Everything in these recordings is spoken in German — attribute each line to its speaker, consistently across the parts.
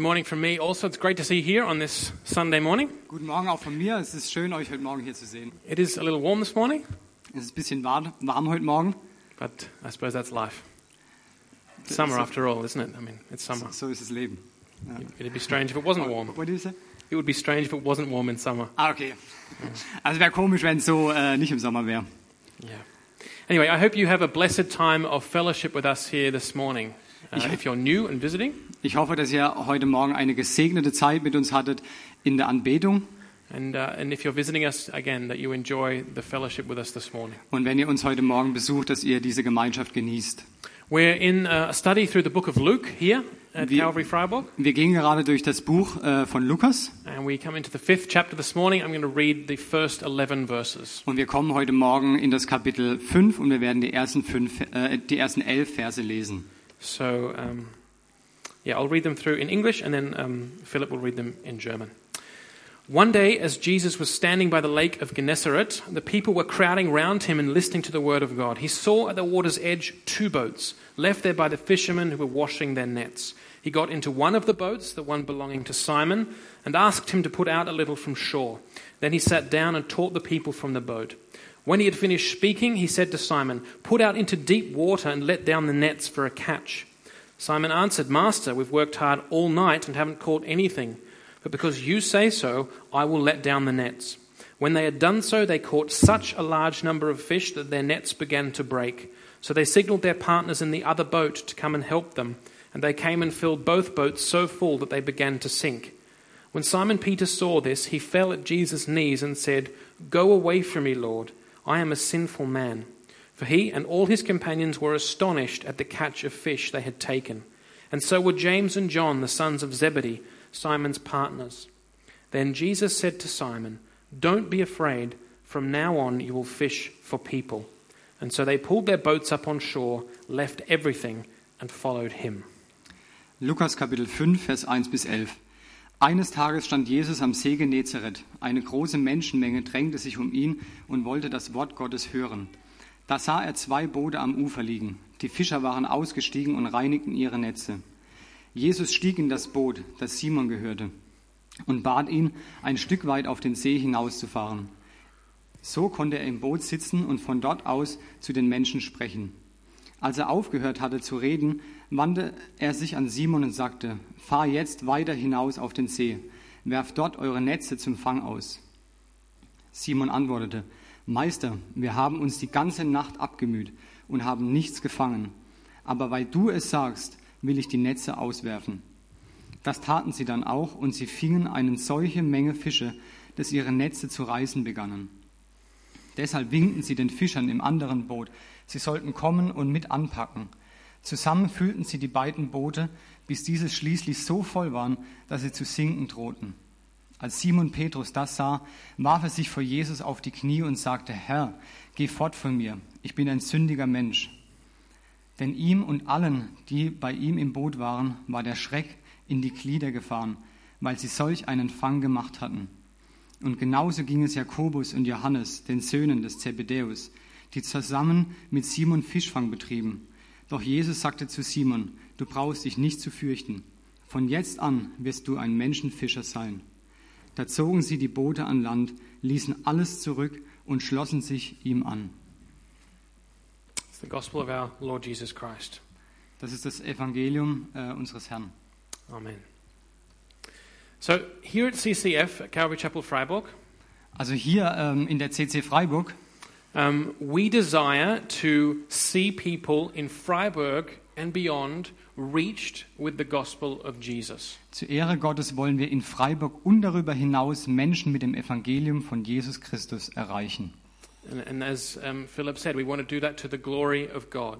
Speaker 1: Good morning from me. Also, it's great to see you here on this Sunday morning.
Speaker 2: Guten Morgen auch von mir. Es ist schön, euch heute Morgen hier zu sehen.
Speaker 1: It is a little warm this morning,
Speaker 2: Es ist ein bisschen warm, warm heute Morgen.
Speaker 1: but I suppose that's life. It's summer, after all, isn't it? I mean, it's summer.
Speaker 2: So ist das Leben.
Speaker 1: It'd be strange if it wasn't warm.
Speaker 2: What did you say?
Speaker 1: It would be strange if it wasn't warm in summer.
Speaker 2: Ah, okay. Also wäre komisch, wenn es so äh, nicht im Sommer wäre.
Speaker 1: Yeah. Anyway, I hope you have a blessed time of fellowship with us here this morning. Uh, if you're new and visiting,
Speaker 2: Ich hoffe, dass ihr heute Morgen eine gesegnete Zeit mit uns hattet in der Anbetung.
Speaker 1: and, uh, and if you're visiting us again, that you enjoy the fellowship with us this morning.
Speaker 2: Und wenn ihr uns heute Morgen besucht, dass ihr diese Gemeinschaft genießt.
Speaker 1: We're in uh, a study through the book of Luke here at
Speaker 2: The-
Speaker 1: Calvary Freiburg.
Speaker 2: Wir gehen gerade durch das Buch äh, von Lukas
Speaker 1: And we come into the fifth chapter this morning. I'm going to read the first 11 verses.
Speaker 2: und wir kommen heute Morgen in das Kapitel 5 und wir werden die ersten, fünf, äh, die ersten elf Verse lesen.
Speaker 1: So, um, yeah, I'll read them through in English and then um, Philip will read them in German. One day, as Jesus was standing by the lake of Gennesaret, the people were crowding round him and listening to the word of God. He saw at the water's edge two boats, left there by the fishermen who were washing their nets. He got into one of the boats, the one belonging to Simon, and asked him to put out a little from shore. Then he sat down and taught the people from the boat. When he had finished speaking, he said to Simon, Put out into deep water and let down the nets for a catch. Simon answered, Master, we've worked hard all night and haven't caught anything. But because you say so, I will let down the nets. When they had done so, they caught such a large number of fish that their nets began to break. So they signaled their partners in the other boat to come and help them. And they came and filled both boats so full that they began to sink. When Simon Peter saw this, he fell at Jesus' knees and said, Go away from me, Lord. I am a sinful man. For he and all his companions were astonished at the catch of fish they had taken. And so were James and John, the sons of Zebedee, Simon's partners. Then Jesus said to Simon, Don't be afraid. From now on, you will fish for people. And so they pulled their boats up on shore, left everything, and followed him.
Speaker 2: Lukas Kapitel 5, Vers 1 bis 11. Eines Tages stand Jesus am See Genezareth. Eine große Menschenmenge drängte sich um ihn und wollte das Wort Gottes hören. Da sah er zwei Boote am Ufer liegen. Die Fischer waren ausgestiegen und reinigten ihre Netze. Jesus stieg in das Boot, das Simon gehörte, und bat ihn, ein Stück weit auf den See hinauszufahren. So konnte er im Boot sitzen und von dort aus zu den Menschen sprechen. Als er aufgehört hatte zu reden, wandte er sich an Simon und sagte, Fahr jetzt weiter hinaus auf den See, werft dort eure Netze zum Fang aus. Simon antwortete, Meister, wir haben uns die ganze Nacht abgemüht und haben nichts gefangen, aber weil du es sagst, will ich die Netze auswerfen. Das taten sie dann auch, und sie fingen eine solche Menge Fische, dass ihre Netze zu reißen begannen. Deshalb winkten sie den Fischern im anderen Boot, sie sollten kommen und mit anpacken. Zusammen füllten sie die beiden Boote, bis diese schließlich so voll waren, dass sie zu sinken drohten. Als Simon Petrus das sah, warf er sich vor Jesus auf die Knie und sagte, Herr, geh fort von mir, ich bin ein sündiger Mensch. Denn ihm und allen, die bei ihm im Boot waren, war der Schreck in die Glieder gefahren, weil sie solch einen Fang gemacht hatten. Und genauso ging es Jakobus und Johannes, den Söhnen des Zebedäus, die zusammen mit Simon Fischfang betrieben. Doch Jesus sagte zu Simon, du brauchst dich nicht zu fürchten. Von jetzt an wirst du ein Menschenfischer sein. Da zogen sie die Boote an Land, ließen alles zurück und schlossen sich ihm an.
Speaker 1: It's the gospel of our Lord Jesus Christ.
Speaker 2: Das ist das Evangelium äh, unseres Herrn.
Speaker 1: Amen. So, here at CCF, at Calvary Chapel Freiburg,
Speaker 2: Also hier ähm, in der CC Freiburg
Speaker 1: um, we desire to see people in Freiburg and beyond reached with the gospel of Jesus.
Speaker 2: Zu Ehre Gottes wollen wir in Freiburg und darüber hinaus Menschen mit dem Evangelium von Jesus Christus erreichen.
Speaker 1: And, and as um, Philip said, we want to do that to the glory of God.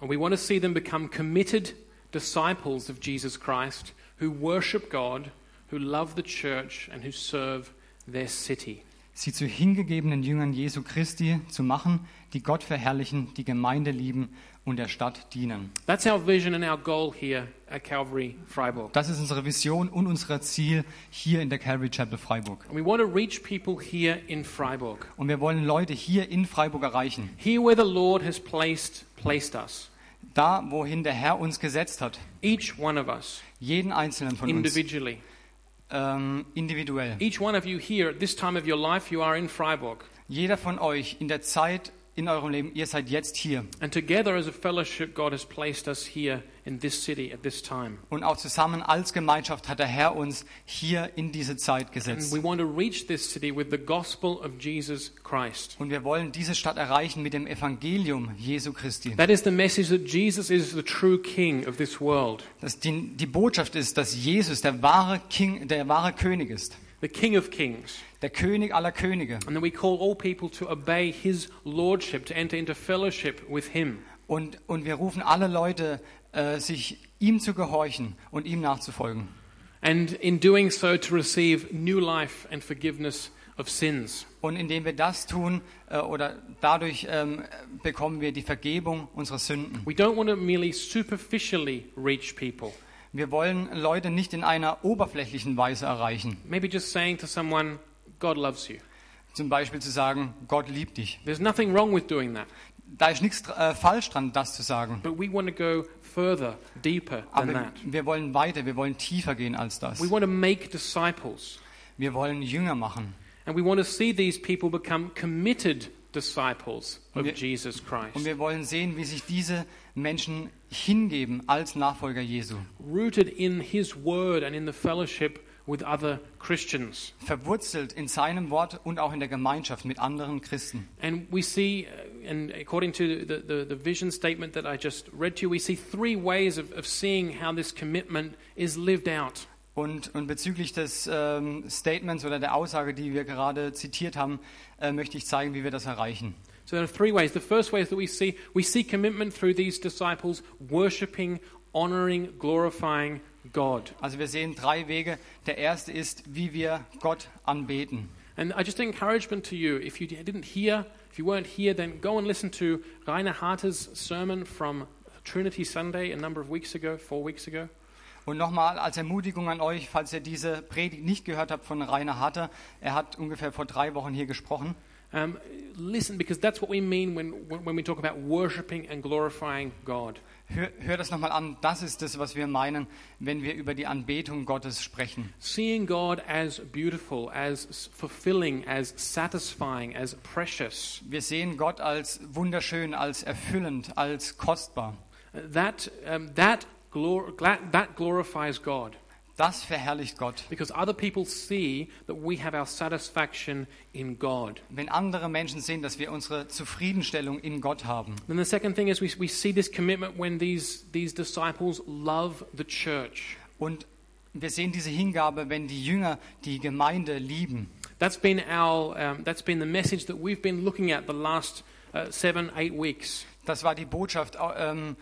Speaker 1: And we want to see them become committed disciples of Jesus Christ who worship God, who love the church, and who serve their city.
Speaker 2: Sie zu hingegebenen Jüngern Jesu Christi zu machen, die Gott verherrlichen, die Gemeinde lieben und der Stadt dienen.
Speaker 1: That's our vision and our goal here at Calvary Freiburg.
Speaker 2: Das ist unsere Vision und unser Ziel hier in der Calvary Chapel Freiburg.
Speaker 1: And we want to reach people here in Freiburg,
Speaker 2: Und wir wollen Leute hier in Freiburg erreichen.
Speaker 1: here where the Lord has placed placed us.
Speaker 2: Da, wohin der Herr uns gesetzt hat,
Speaker 1: Each one of us,
Speaker 2: jeden einzelnen von uns,
Speaker 1: individually.
Speaker 2: ähm, individuell.
Speaker 1: Each one of you here at this time of your life, you are in Freiburg.
Speaker 2: Jeder von euch in der Zeit in eurem Leben, ihr seid jetzt hier.
Speaker 1: And together as a fellowship, God has placed us here in this city at this time.
Speaker 2: Und auch zusammen als Gemeinschaft hat der Herr uns hier in diese Zeit
Speaker 1: And
Speaker 2: gesetzt.
Speaker 1: we want to reach this city with the gospel of Jesus Christ.
Speaker 2: Und wir wollen diese Stadt erreichen mit dem Evangelium Jesu Christi.
Speaker 1: That is the message that Jesus is the true king of this world,
Speaker 2: Dass die, die Botschaft ist, dass Jesus der wahre, King, der wahre König ist.
Speaker 1: the king of kings.
Speaker 2: Der König aller Könige.
Speaker 1: And that we call all people to obey his lordship, to enter into fellowship with him.
Speaker 2: Und, und wir rufen alle Leute, äh, sich ihm zu gehorchen und ihm nachzufolgen.
Speaker 1: And in doing so, to receive new life and forgiveness of sins.
Speaker 2: Und indem wir das tun äh, oder dadurch ähm, bekommen wir die Vergebung unserer Sünden.
Speaker 1: We don't want to merely superficially reach people.
Speaker 2: Wir wollen Leute nicht in einer oberflächlichen Weise erreichen.
Speaker 1: Maybe just saying to someone, God loves you.
Speaker 2: Zum Beispiel zu sagen, Gott liebt dich.
Speaker 1: There's nothing wrong with doing that.
Speaker 2: Da ist nichts äh, falsch dran, das zu sagen.
Speaker 1: But we want to go further, deeper than
Speaker 2: Aber
Speaker 1: that.
Speaker 2: wir wollen weiter, wir wollen tiefer gehen als das.
Speaker 1: We want to make disciples.
Speaker 2: Wir wollen Jünger machen.
Speaker 1: And we want to see these people become committed disciples of
Speaker 2: Wir-
Speaker 1: Jesus Christ,
Speaker 2: Und wir wollen sehen, wie sich diese Menschen hingeben als Nachfolger Jesu.
Speaker 1: rooted in his word and in the fellowship with other Christians.
Speaker 2: Verwurzelt in seinem Wort und auch in der Gemeinschaft mit anderen Christen.
Speaker 1: And we see, uh, and according to the, the, the vision statement that I just read to you, we see three ways of, of seeing how this commitment is lived out.
Speaker 2: Und, und bezüglich des ähm, Statements oder der Aussage, die wir gerade zitiert haben, äh, möchte ich zeigen, wie wir das erreichen.
Speaker 1: So there are three ways. The first way is that we see we see commitment through these disciples worshiping, honoring, glorifying God.
Speaker 2: Also wir sehen drei Wege. Der erste ist, wie wir Gott anbeten.
Speaker 1: And I just encouragement to you, if you didn't hear, if you weren't here, then go and listen to Rainer Harte's sermon from Trinity Sunday a number of weeks ago, four weeks ago.
Speaker 2: Und nochmal als Ermutigung an euch, falls ihr diese Predigt nicht gehört habt von Rainer Harter, er hat ungefähr vor drei Wochen hier gesprochen.
Speaker 1: Um, listen, because that's what we mean when, when we talk about worshiping and glorifying God.
Speaker 2: Hör, hör das nochmal an, das ist das, was wir meinen, wenn wir über die Anbetung Gottes sprechen.
Speaker 1: Seeing God as beautiful, as fulfilling, as satisfying, as precious.
Speaker 2: Wir sehen Gott als wunderschön, als erfüllend, als kostbar.
Speaker 1: that, um, that, glor- gla- that glorifies God
Speaker 2: Das verherrlicht Gott.
Speaker 1: because other people see that we have our satisfaction in God.
Speaker 2: Wenn andere Menschen sehen, dass wir unsere Zufriedenstellung in Gott haben.
Speaker 1: Then the second thing is we, we see this commitment when these, these disciples love the church.
Speaker 2: Und wir sehen diese Hingabe, wenn die Jünger die Gemeinde lieben.
Speaker 1: That's been, our, um, that's been the message that we've been looking at the last uh, seven, eight weeks.
Speaker 2: Das war die Botschaft, ähm,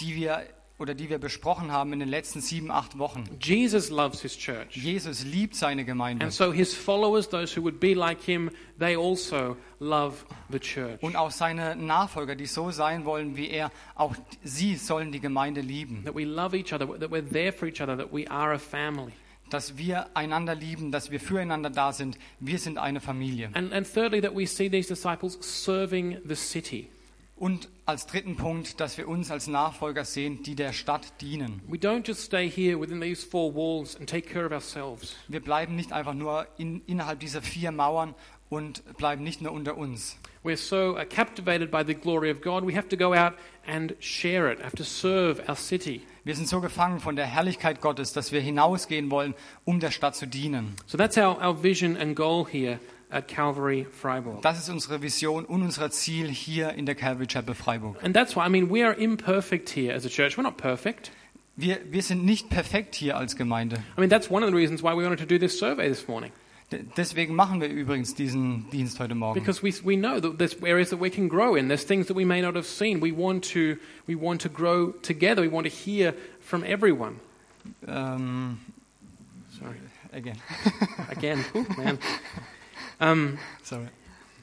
Speaker 2: die wir oder die wir besprochen haben in den letzten sieben, acht Wochen.
Speaker 1: Jesus loves his church.
Speaker 2: Jesus liebt seine Gemeinde.
Speaker 1: And so his followers, those who would be like him, they also love the church.
Speaker 2: Und auch seine Nachfolger, die so sein wollen wie er, auch sie sollen die Gemeinde lieben.
Speaker 1: That we love each other, that we're there for each other, that we are a family.
Speaker 2: Dass wir einander lieben, dass wir füreinander da sind. Wir sind eine Familie.
Speaker 1: And, and thirdly, that we see these disciples serving the city.
Speaker 2: Und als dritten Punkt, dass wir uns als Nachfolger sehen, die der Stadt dienen.
Speaker 1: We don't just stay here within these four walls and take care of ourselves.
Speaker 2: Wir bleiben nicht einfach nur in, innerhalb dieser vier Mauern und bleiben nicht nur unter uns.
Speaker 1: We're so uh, captivated by the glory of God, we have to go out and share it, have to serve our city.
Speaker 2: Wir sind so gefangen von der Herrlichkeit Gottes, dass wir hinausgehen wollen, um der Stadt zu dienen.
Speaker 1: So that's our, our vision and goal here at Calvary Freiburg.
Speaker 2: Das ist unsere Vision und unser Ziel hier in der Calvary Chapel Freiburg.
Speaker 1: And that's why, I mean, we are imperfect here as a church. We're not perfect.
Speaker 2: Wir, wir sind nicht perfekt hier als Gemeinde.
Speaker 1: I mean, that's one of the reasons why we wanted to do this survey this morning,
Speaker 2: D deswegen machen wir übrigens diesen Dienst heute Morgen.
Speaker 1: because we, we know that there's areas that we can grow in. There's things that we may not have seen. We want to, we want to grow together. We want to hear from everyone.
Speaker 2: Ähm,
Speaker 1: Sorry,
Speaker 2: again.
Speaker 1: again, Ooh, man. Um,
Speaker 2: Sorry.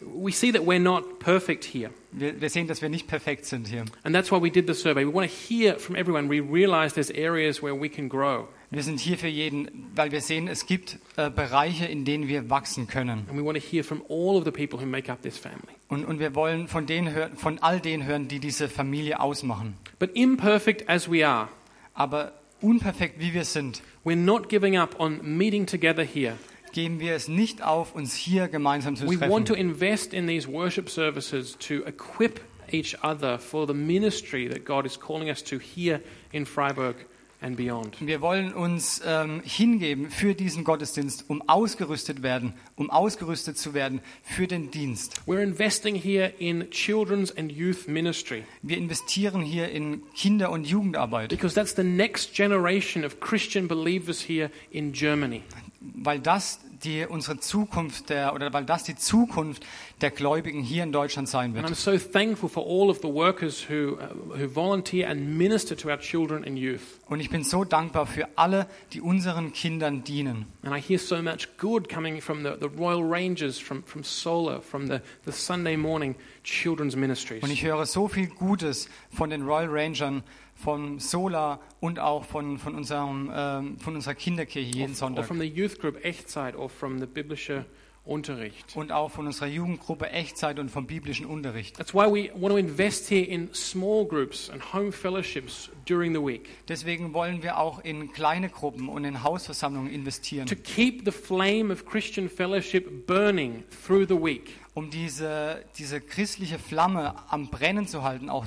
Speaker 1: we see that we're not perfect here.
Speaker 2: Wir, wir sehen, dass wir nicht perfekt sind hier.
Speaker 1: And that's why we did the survey. We want to hear from everyone. We realize there's areas where we can grow.
Speaker 2: Wir sind hier für jeden, weil wir sehen, es gibt äh, Bereiche, in denen wir wachsen können.
Speaker 1: And we want to hear from all of the people who make up this family.
Speaker 2: Und, und wir wollen von, denen hören, von all denen hören, die diese Familie ausmachen.
Speaker 1: But imperfect as we are,
Speaker 2: Aber unperfekt wie wir sind,
Speaker 1: we're not giving up on meeting together here.
Speaker 2: geben wir es nicht auf, uns hier gemeinsam zu
Speaker 1: We want to
Speaker 2: treffen.
Speaker 1: invest in these worship services to equip each other for the ministry that God is calling us to here in Freiburg and beyond.
Speaker 2: Wir wollen uns ähm, hingeben für diesen Gottesdienst, um ausgerüstet werden, um ausgerüstet zu werden für den Dienst.
Speaker 1: We're investing here in children's and youth ministry
Speaker 2: Wir investieren hier in Kinder- und Jugendarbeit,
Speaker 1: because that's the next generation of Christian believers here in Germany.
Speaker 2: weil das die unsere Zukunft der oder weil das die Zukunft der Gläubigen hier in Deutschland
Speaker 1: And
Speaker 2: sein wird.
Speaker 1: I'm so thankful for all of the workers who, uh, who volunteer and minister to our children and youth.
Speaker 2: Und ich bin so dankbar für alle, die unseren Kindern dienen.
Speaker 1: And I hear so much good coming from the, the Royal Rangers, from, from Solar, from the, the Sunday morning children's ministries.
Speaker 2: Und ich höre so viel Gutes von den Royal Rangern, von Sola und auch von, von, unserem, ähm, von unserer Kinderkirche jeden
Speaker 1: or
Speaker 2: Sonntag.
Speaker 1: from the youth group Echtzeit or from the biblische Unterricht.
Speaker 2: Und auch von unserer Jugendgruppe Echtzeit und vom biblischen Unterricht.
Speaker 1: That's why we want to invest here in small groups and home fellowships during the week
Speaker 2: Deswegen wollen wir auch in kleine Gruppen und in Hausversammlungen investieren,
Speaker 1: to keep the flame of Christian fellowship burning through the week.
Speaker 2: um diese, diese christliche Flamme am Brennen zu halten, auch,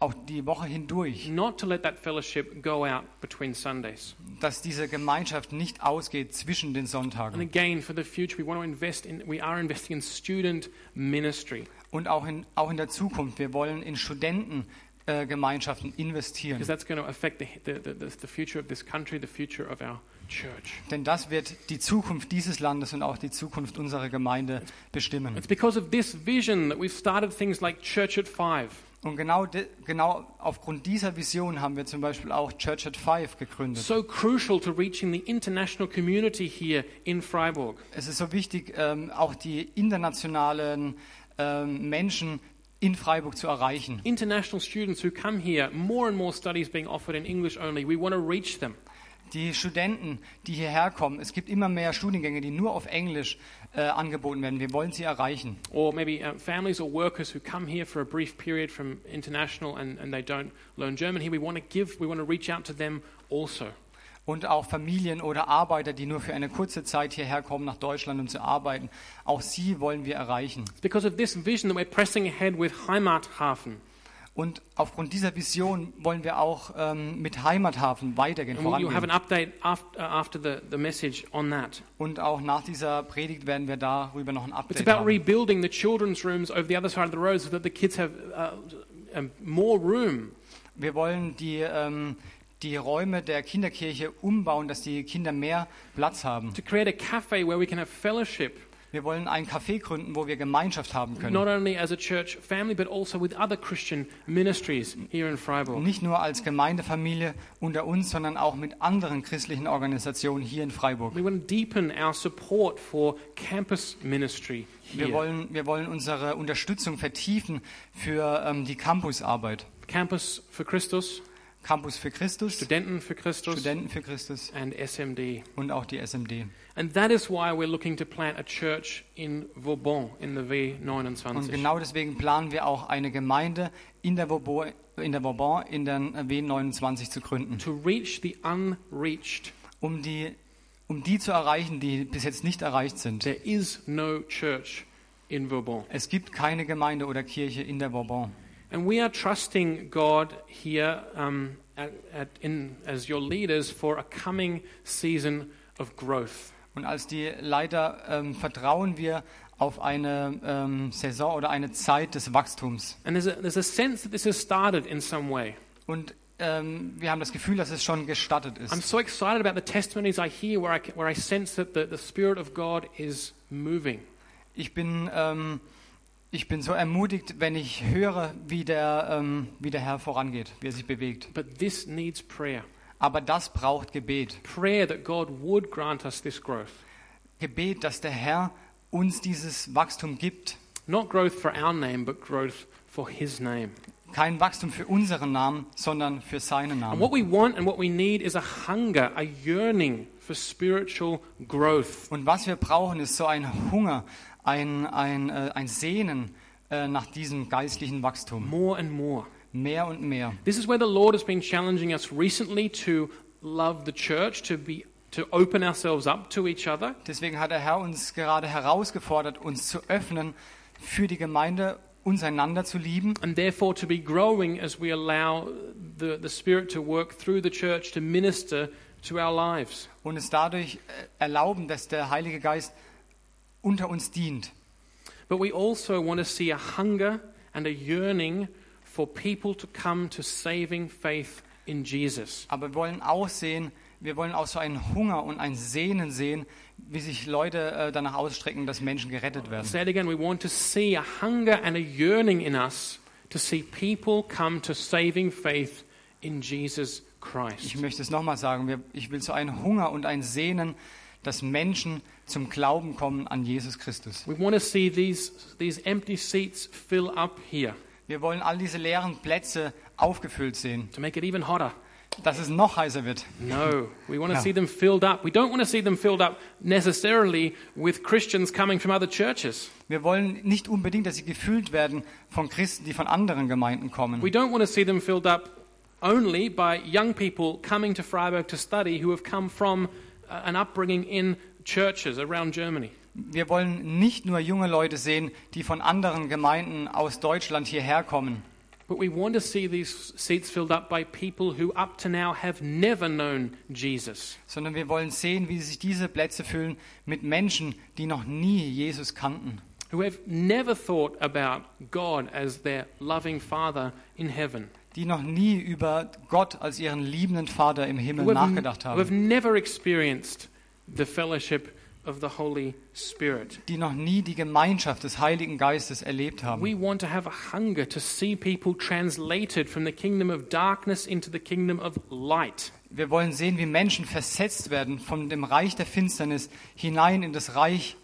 Speaker 2: auch die Woche hindurch.
Speaker 1: Not to let that fellowship go out between Sundays.
Speaker 2: Dass diese Gemeinschaft nicht ausgeht zwischen den
Speaker 1: And
Speaker 2: Sonntagen.
Speaker 1: again, for the future, we want to invest in, we are investing in student ministry.
Speaker 2: Und auch in, auch in der Zukunft. Wir wollen in Studentengemeinschaften äh, Gemeinschaften investieren.
Speaker 1: because that's going to affect the, the, the, the future of this country, the future of our church.
Speaker 2: Denn das wird die Zukunft dieses Landes und auch die Zukunft unserer Gemeinde bestimmen.
Speaker 1: It's because of this vision that we've started things like Church at Five,
Speaker 2: Und genau, de, genau aufgrund dieser Vision haben wir zum Beispiel auch Church at Five gegründet.
Speaker 1: so crucial to reaching the international community here in Freiburg.
Speaker 2: Es ist so wichtig, ähm, auch die internationalen ähm, Menschen in Freiburg zu erreichen.
Speaker 1: International students who come here, more and more studies being offered in English only, we want to reach them.
Speaker 2: Die Studenten, die hierher kommen, es gibt immer mehr Studiengänge, die nur auf Englisch äh, angeboten werden. Wir wollen sie erreichen.
Speaker 1: Or maybe uh, families or workers who come here for a brief period from international and, and they don't learn German here, we want to give, we want to reach out to them also.
Speaker 2: Und auch Familien oder Arbeiter, die nur für eine kurze Zeit hierher kommen nach Deutschland, um zu arbeiten, auch sie wollen wir erreichen.
Speaker 1: It's because of this vision that we're pressing ahead with Heimathafen.
Speaker 2: Und aufgrund dieser Vision wollen wir auch ähm, mit Heimathafen weitergehen,
Speaker 1: And we'll, you'll have an
Speaker 2: vorangehen.
Speaker 1: update after, uh, after the, the message on that.
Speaker 2: Und auch nach dieser Predigt werden wir darüber noch ein
Speaker 1: It's
Speaker 2: Update
Speaker 1: about
Speaker 2: haben.
Speaker 1: rebuilding the children's rooms over the other side of the road so that the kids have uh, um, more room.
Speaker 2: Wir wollen die, ähm, die Räume der Kinderkirche umbauen, dass die Kinder mehr Platz haben.
Speaker 1: To create a cafe where we can have fellowship,
Speaker 2: Wir wollen ein Café gründen, wo wir Gemeinschaft haben können.
Speaker 1: not only as a church family, but also with other Christian ministries here in Freiburg.
Speaker 2: Nicht nur als Gemeindefamilie unter uns, sondern auch mit anderen christlichen Organisationen hier in Freiburg.
Speaker 1: We want to deepen our support for campus ministry
Speaker 2: Wir
Speaker 1: here.
Speaker 2: wollen, wir wollen unsere Unterstützung vertiefen für ähm, die Campusarbeit.
Speaker 1: Campus for Christus,
Speaker 2: Campus für Christus,
Speaker 1: Studenten for Christus,
Speaker 2: Studenten für Christus.
Speaker 1: and SMD.
Speaker 2: und auch die SMD.
Speaker 1: And that is why we're looking to plant a church in Vauban in the
Speaker 2: Und
Speaker 1: V29.
Speaker 2: genau deswegen planen wir auch eine Gemeinde in der Vauban, in der, Vauban, in der W29 zu gründen,
Speaker 1: To reach the unreached,
Speaker 2: um die, um die zu erreichen, die bis jetzt nicht erreicht sind.
Speaker 1: there is no church in Vauban.
Speaker 2: Es gibt keine Gemeinde oder Kirche in der Vauban.
Speaker 1: And we are trusting God here um, at, at, in, as your leaders for a coming season of growth.
Speaker 2: Und als die Leiter ähm, vertrauen wir auf eine ähm, Saison oder eine Zeit des Wachstums.
Speaker 1: And there's a, there's a sense that this has started in some way.
Speaker 2: Und ähm, wir haben das Gefühl, dass es schon gestattet
Speaker 1: I'm
Speaker 2: ist.
Speaker 1: so excited about the testimonies I hear where I, c- where I sense that the, the Spirit of God is moving.
Speaker 2: Ich bin, ähm, ich bin so ermutigt, wenn ich höre, wie der, ähm, wie der Herr vorangeht, wie er sich bewegt.
Speaker 1: But this needs prayer.
Speaker 2: Aber das braucht Gebet.
Speaker 1: prayer that God would grant us this growth.
Speaker 2: Gebet, dass der Herr uns dieses Wachstum gibt.
Speaker 1: Not growth for our name, but growth for His name.
Speaker 2: Kein Wachstum für unseren Namen, sondern für seinen
Speaker 1: And Um,
Speaker 2: Namen.
Speaker 1: what we want and what we need is a hunger, a yearning for spiritual growth.
Speaker 2: Und was wir brauchen, ist so ein Hunger, ein, ein, äh, ein Sehnen äh, nach diesem geistlichen Wachstum.
Speaker 1: more and more.
Speaker 2: Mehr und mehr.
Speaker 1: This is where the Lord has been challenging us recently to love the church, to be to open ourselves up to each other,
Speaker 2: Deswegen hat der Herr uns gerade herausgefordert, uns zu öffnen für die Gemeinde, uns einander zu lieben
Speaker 1: and therefore to be growing as we allow the, the Spirit to work through the church to minister to our lives.
Speaker 2: und es dadurch äh, erlauben, dass der Heilige Geist unter uns dient.
Speaker 1: But we also want to see a hunger and a yearning for people to come to saving faith in Jesus.
Speaker 2: Aber wir wollen auch sehen, wir wollen auch so einen Hunger und ein Sehnen sehen, wie sich Leute äh, danach ausstrecken, dass Menschen gerettet werden.
Speaker 1: Say it again. We want to see a hunger and a yearning in us to see people come to saving faith in Jesus Christ.
Speaker 2: Ich möchte es nochmal sagen, wir, ich will so einen Hunger und ein Sehnen, dass Menschen zum Glauben kommen an Jesus Christus.
Speaker 1: We want to see these, these empty seats fill up here
Speaker 2: Wir wollen all diese leeren Plätze aufgefüllt sehen,
Speaker 1: to make it even hotter.
Speaker 2: dass es noch heißer wird.
Speaker 1: No, we want to
Speaker 2: No.
Speaker 1: see them filled up. We don't want to see them filled up necessarily with Christians coming from other churches.
Speaker 2: Wir wollen nicht unbedingt, dass sie gefüllt werden von Christen, die von anderen Gemeinden kommen.
Speaker 1: We don't want to see them filled up only by young people coming to Freiburg to study who have come from uh, an upbringing in churches around Germany.
Speaker 2: Wir wollen nicht nur junge Leute sehen, die von anderen Gemeinden aus Deutschland hierher kommen.
Speaker 1: But we want to see these seats filled up by people who up to now have never known Jesus.
Speaker 2: sondern wir wollen sehen, wie sich diese Plätze füllen mit Menschen, die noch nie Jesus kannten,
Speaker 1: who have never thought about God as their loving Father in heaven,
Speaker 2: die noch nie über Gott als ihren liebenden Vater im Himmel
Speaker 1: who have,
Speaker 2: nachgedacht
Speaker 1: who have
Speaker 2: haben,
Speaker 1: never experienced the fellowship of the Holy Spirit.
Speaker 2: die noch nie die Gemeinschaft des Heiligen Geistes erlebt haben.
Speaker 1: We want to have a hunger to see people translated from the kingdom of darkness into the kingdom of light.
Speaker 2: Wir wollen sehen, wie Menschen versetzt werden von dem Reich der Finsternis hinein in das Reich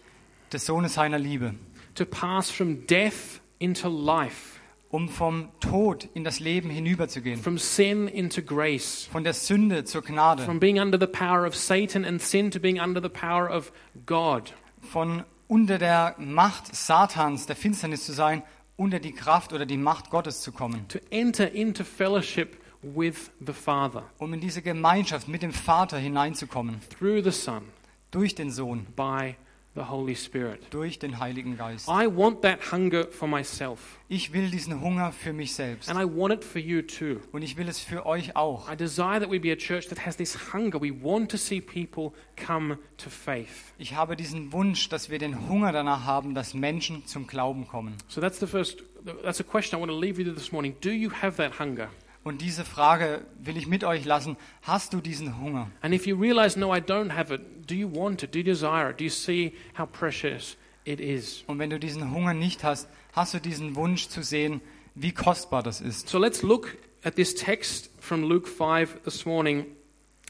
Speaker 2: des Sohnes seiner Liebe,
Speaker 1: To pass from death into life,
Speaker 2: um vom Tod in das Leben hinüberzugehen,
Speaker 1: from sin into grace,
Speaker 2: von der Sünde zur Gnade,
Speaker 1: from being under the power of Satan and sin to being under the power of God.
Speaker 2: von unter der Macht Satans, der Finsternis zu sein, unter die Kraft oder die Macht Gottes zu kommen.
Speaker 1: to enter into fellowship with the Father
Speaker 2: um in diese Gemeinschaft mit dem Vater hineinzukommen,
Speaker 1: through the Son
Speaker 2: durch den Sohn,
Speaker 1: by the Holy Spirit.
Speaker 2: durch den Heiligen Geist.
Speaker 1: I want that hunger for myself,
Speaker 2: Ich will diesen Hunger für mich selbst
Speaker 1: and I want it for you too.
Speaker 2: und ich will es für euch auch.
Speaker 1: I desire that we be a church that has this hunger. We want to see people come to faith.
Speaker 2: Ich habe diesen Wunsch, dass wir den Hunger danach haben, dass Menschen zum Glauben kommen.
Speaker 1: So that's the first that's a question I want to leave you with this morning. Do you have that hunger?
Speaker 2: Und diese Frage will ich mit euch lassen. Hast du diesen Hunger?
Speaker 1: And if you realize no I don't have it, do you want it? Do you desire it? Do you see how precious it is?
Speaker 2: Und wenn du diesen Hunger nicht hast, hast du diesen Wunsch zu sehen, wie kostbar das ist.
Speaker 1: So let's look at this text from Luke 5 this morning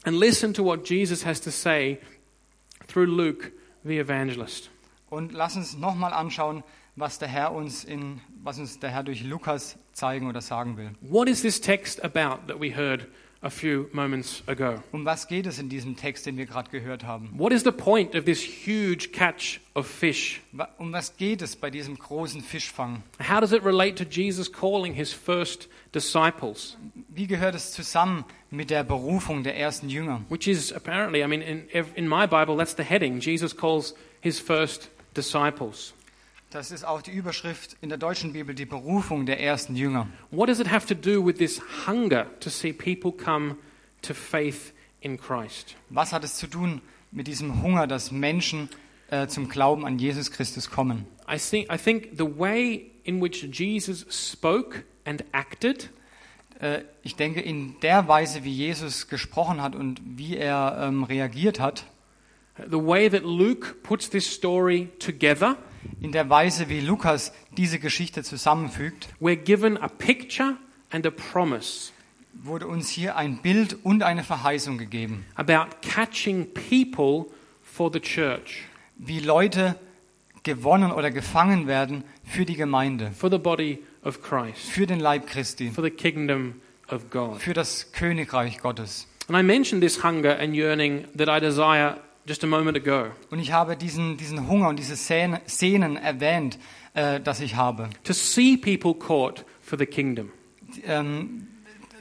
Speaker 1: and listen to what Jesus has to say through Luke the evangelist.
Speaker 2: Und lass uns nochmal anschauen, was der Herr uns in, was uns der Herr durch Lukas zeigen oder sagen will.
Speaker 1: What is this text about that we heard a few moments ago?
Speaker 2: Um was geht es in diesem Text, den wir gerade gehört haben?
Speaker 1: What is the point of this huge catch of fish?
Speaker 2: Wa- Um was geht es bei diesem großen Fischfang?
Speaker 1: How does it relate to Jesus calling his first disciples?
Speaker 2: Wie gehört es zusammen mit der Berufung der ersten Jünger?
Speaker 1: Which is apparently, I mean, in, ev- in my Bible, that's the heading. Jesus calls his first disciples.
Speaker 2: Das ist auch die Überschrift in der deutschen Bibel, die Berufung der ersten Jünger.
Speaker 1: What does it have to do with this hunger to see people come to faith in Christ?
Speaker 2: Was hat es zu tun mit diesem Hunger, dass Menschen äh, zum Glauben an Jesus Christus kommen?
Speaker 1: I think, I think the way in which Jesus spoke and acted
Speaker 2: Äh, ich denke, in der Weise, wie Jesus gesprochen hat und wie er ähm, reagiert hat,
Speaker 1: the way that Luke puts this story together,
Speaker 2: in der Weise, wie Lukas diese Geschichte zusammenfügt,
Speaker 1: we're given a picture and a promise
Speaker 2: wurde uns hier ein Bild und eine Verheißung gegeben.
Speaker 1: about catching people for the church,
Speaker 2: wie Leute gewonnen oder gefangen werden für die Gemeinde,
Speaker 1: for the body of Christ,
Speaker 2: für den Leib Christi,
Speaker 1: for the kingdom of God.
Speaker 2: für das Königreich Gottes.
Speaker 1: And I mentioned this hunger and yearning that I desire just a moment ago
Speaker 2: Und ich habe diesen, diesen Hunger und diese Sehne- Sehnen erwähnt, äh, dass ich habe.
Speaker 1: to see people caught for the kingdom.
Speaker 2: ähm,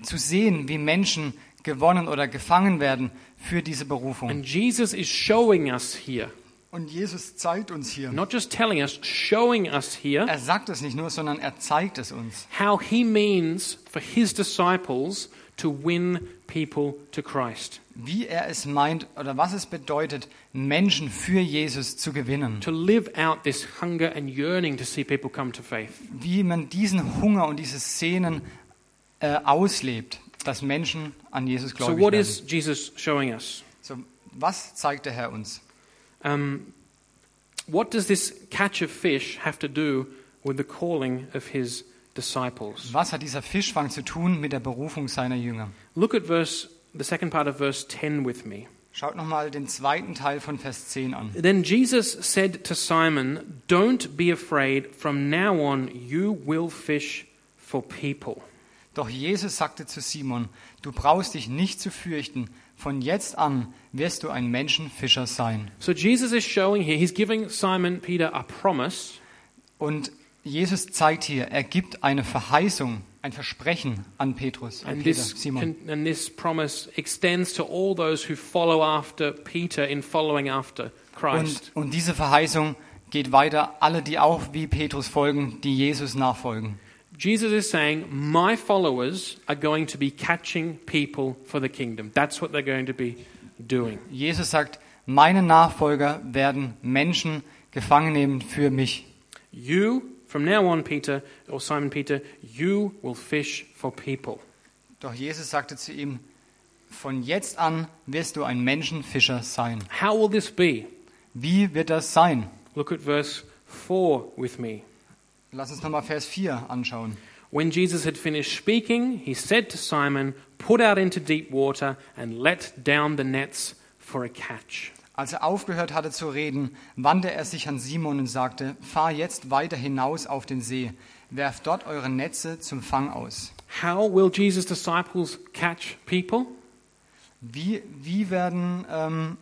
Speaker 2: zu sehen, wie Menschen gewonnen oder gefangen werden für diese Berufung.
Speaker 1: And Jesus is showing us here,
Speaker 2: Und Jesus zeigt uns hier.
Speaker 1: not just telling us, showing us here
Speaker 2: Er sagt es nicht nur, sondern er zeigt es uns,
Speaker 1: how he means for his disciples to win people to Christ,
Speaker 2: wie er es meint oder was es bedeutet, Menschen für Jesus zu gewinnen.
Speaker 1: to live out this hunger and yearning to see people come to faith.
Speaker 2: Wie man diesen Hunger und diese Szenen äh, auslebt, dass Menschen an Jesus
Speaker 1: So,
Speaker 2: glauben.
Speaker 1: what is Jesus showing us?
Speaker 2: so, was zeigt der Herr uns?
Speaker 1: Um, what does this catch of fish have to do with the calling of his disciples?
Speaker 2: Was hat dieser Fischfang zu tun mit der Berufung seiner Jünger?
Speaker 1: Look at verse, the second part of verse 10 with me.
Speaker 2: Schaut nochmal den zweiten Teil von Vers 10 an.
Speaker 1: Then Jesus said to Simon, Don't be afraid, from now on you will fish for people.
Speaker 2: Doch Jesus sagte zu Simon, du brauchst dich nicht zu fürchten, von jetzt an wirst du ein Menschenfischer sein.
Speaker 1: So Jesus is showing here, he's giving Simon Peter a promise
Speaker 2: Und Jesus zeigt hier, er gibt eine Verheißung, ein Versprechen an Petrus, an
Speaker 1: And
Speaker 2: Peter,
Speaker 1: this,
Speaker 2: Simon.
Speaker 1: con- and this promise extends to all those who follow after Peter in following after Christ.
Speaker 2: Und, und diese Verheißung geht weiter, alle, die auch wie Petrus folgen, die Jesus nachfolgen.
Speaker 1: Jesus is saying, My followers are going to be catching people for the kingdom. That's what they're going to be doing.
Speaker 2: Jesus sagt, meine Nachfolger werden Menschen gefangen nehmen für mich.
Speaker 1: You, from now on, Peter, or Simon Peter, you will fish for people.
Speaker 2: Doch Jesus sagte zu ihm, von jetzt an wirst du ein Menschenfischer sein.
Speaker 1: How will this be?
Speaker 2: Wie wird das sein?
Speaker 1: Look at verse 4 with me.
Speaker 2: Lass uns nochmal Vers 4 anschauen.
Speaker 1: When Jesus had finished speaking, he said to Simon, Put out into deep water and let down the nets for a catch.
Speaker 2: Als er aufgehört hatte zu reden, wandte er sich an Simon und sagte, fahr jetzt weiter hinaus auf den See, werft dort eure Netze zum Fang aus.
Speaker 1: How will Jesus' disciples catch people?
Speaker 2: Wie, wie werden ähm,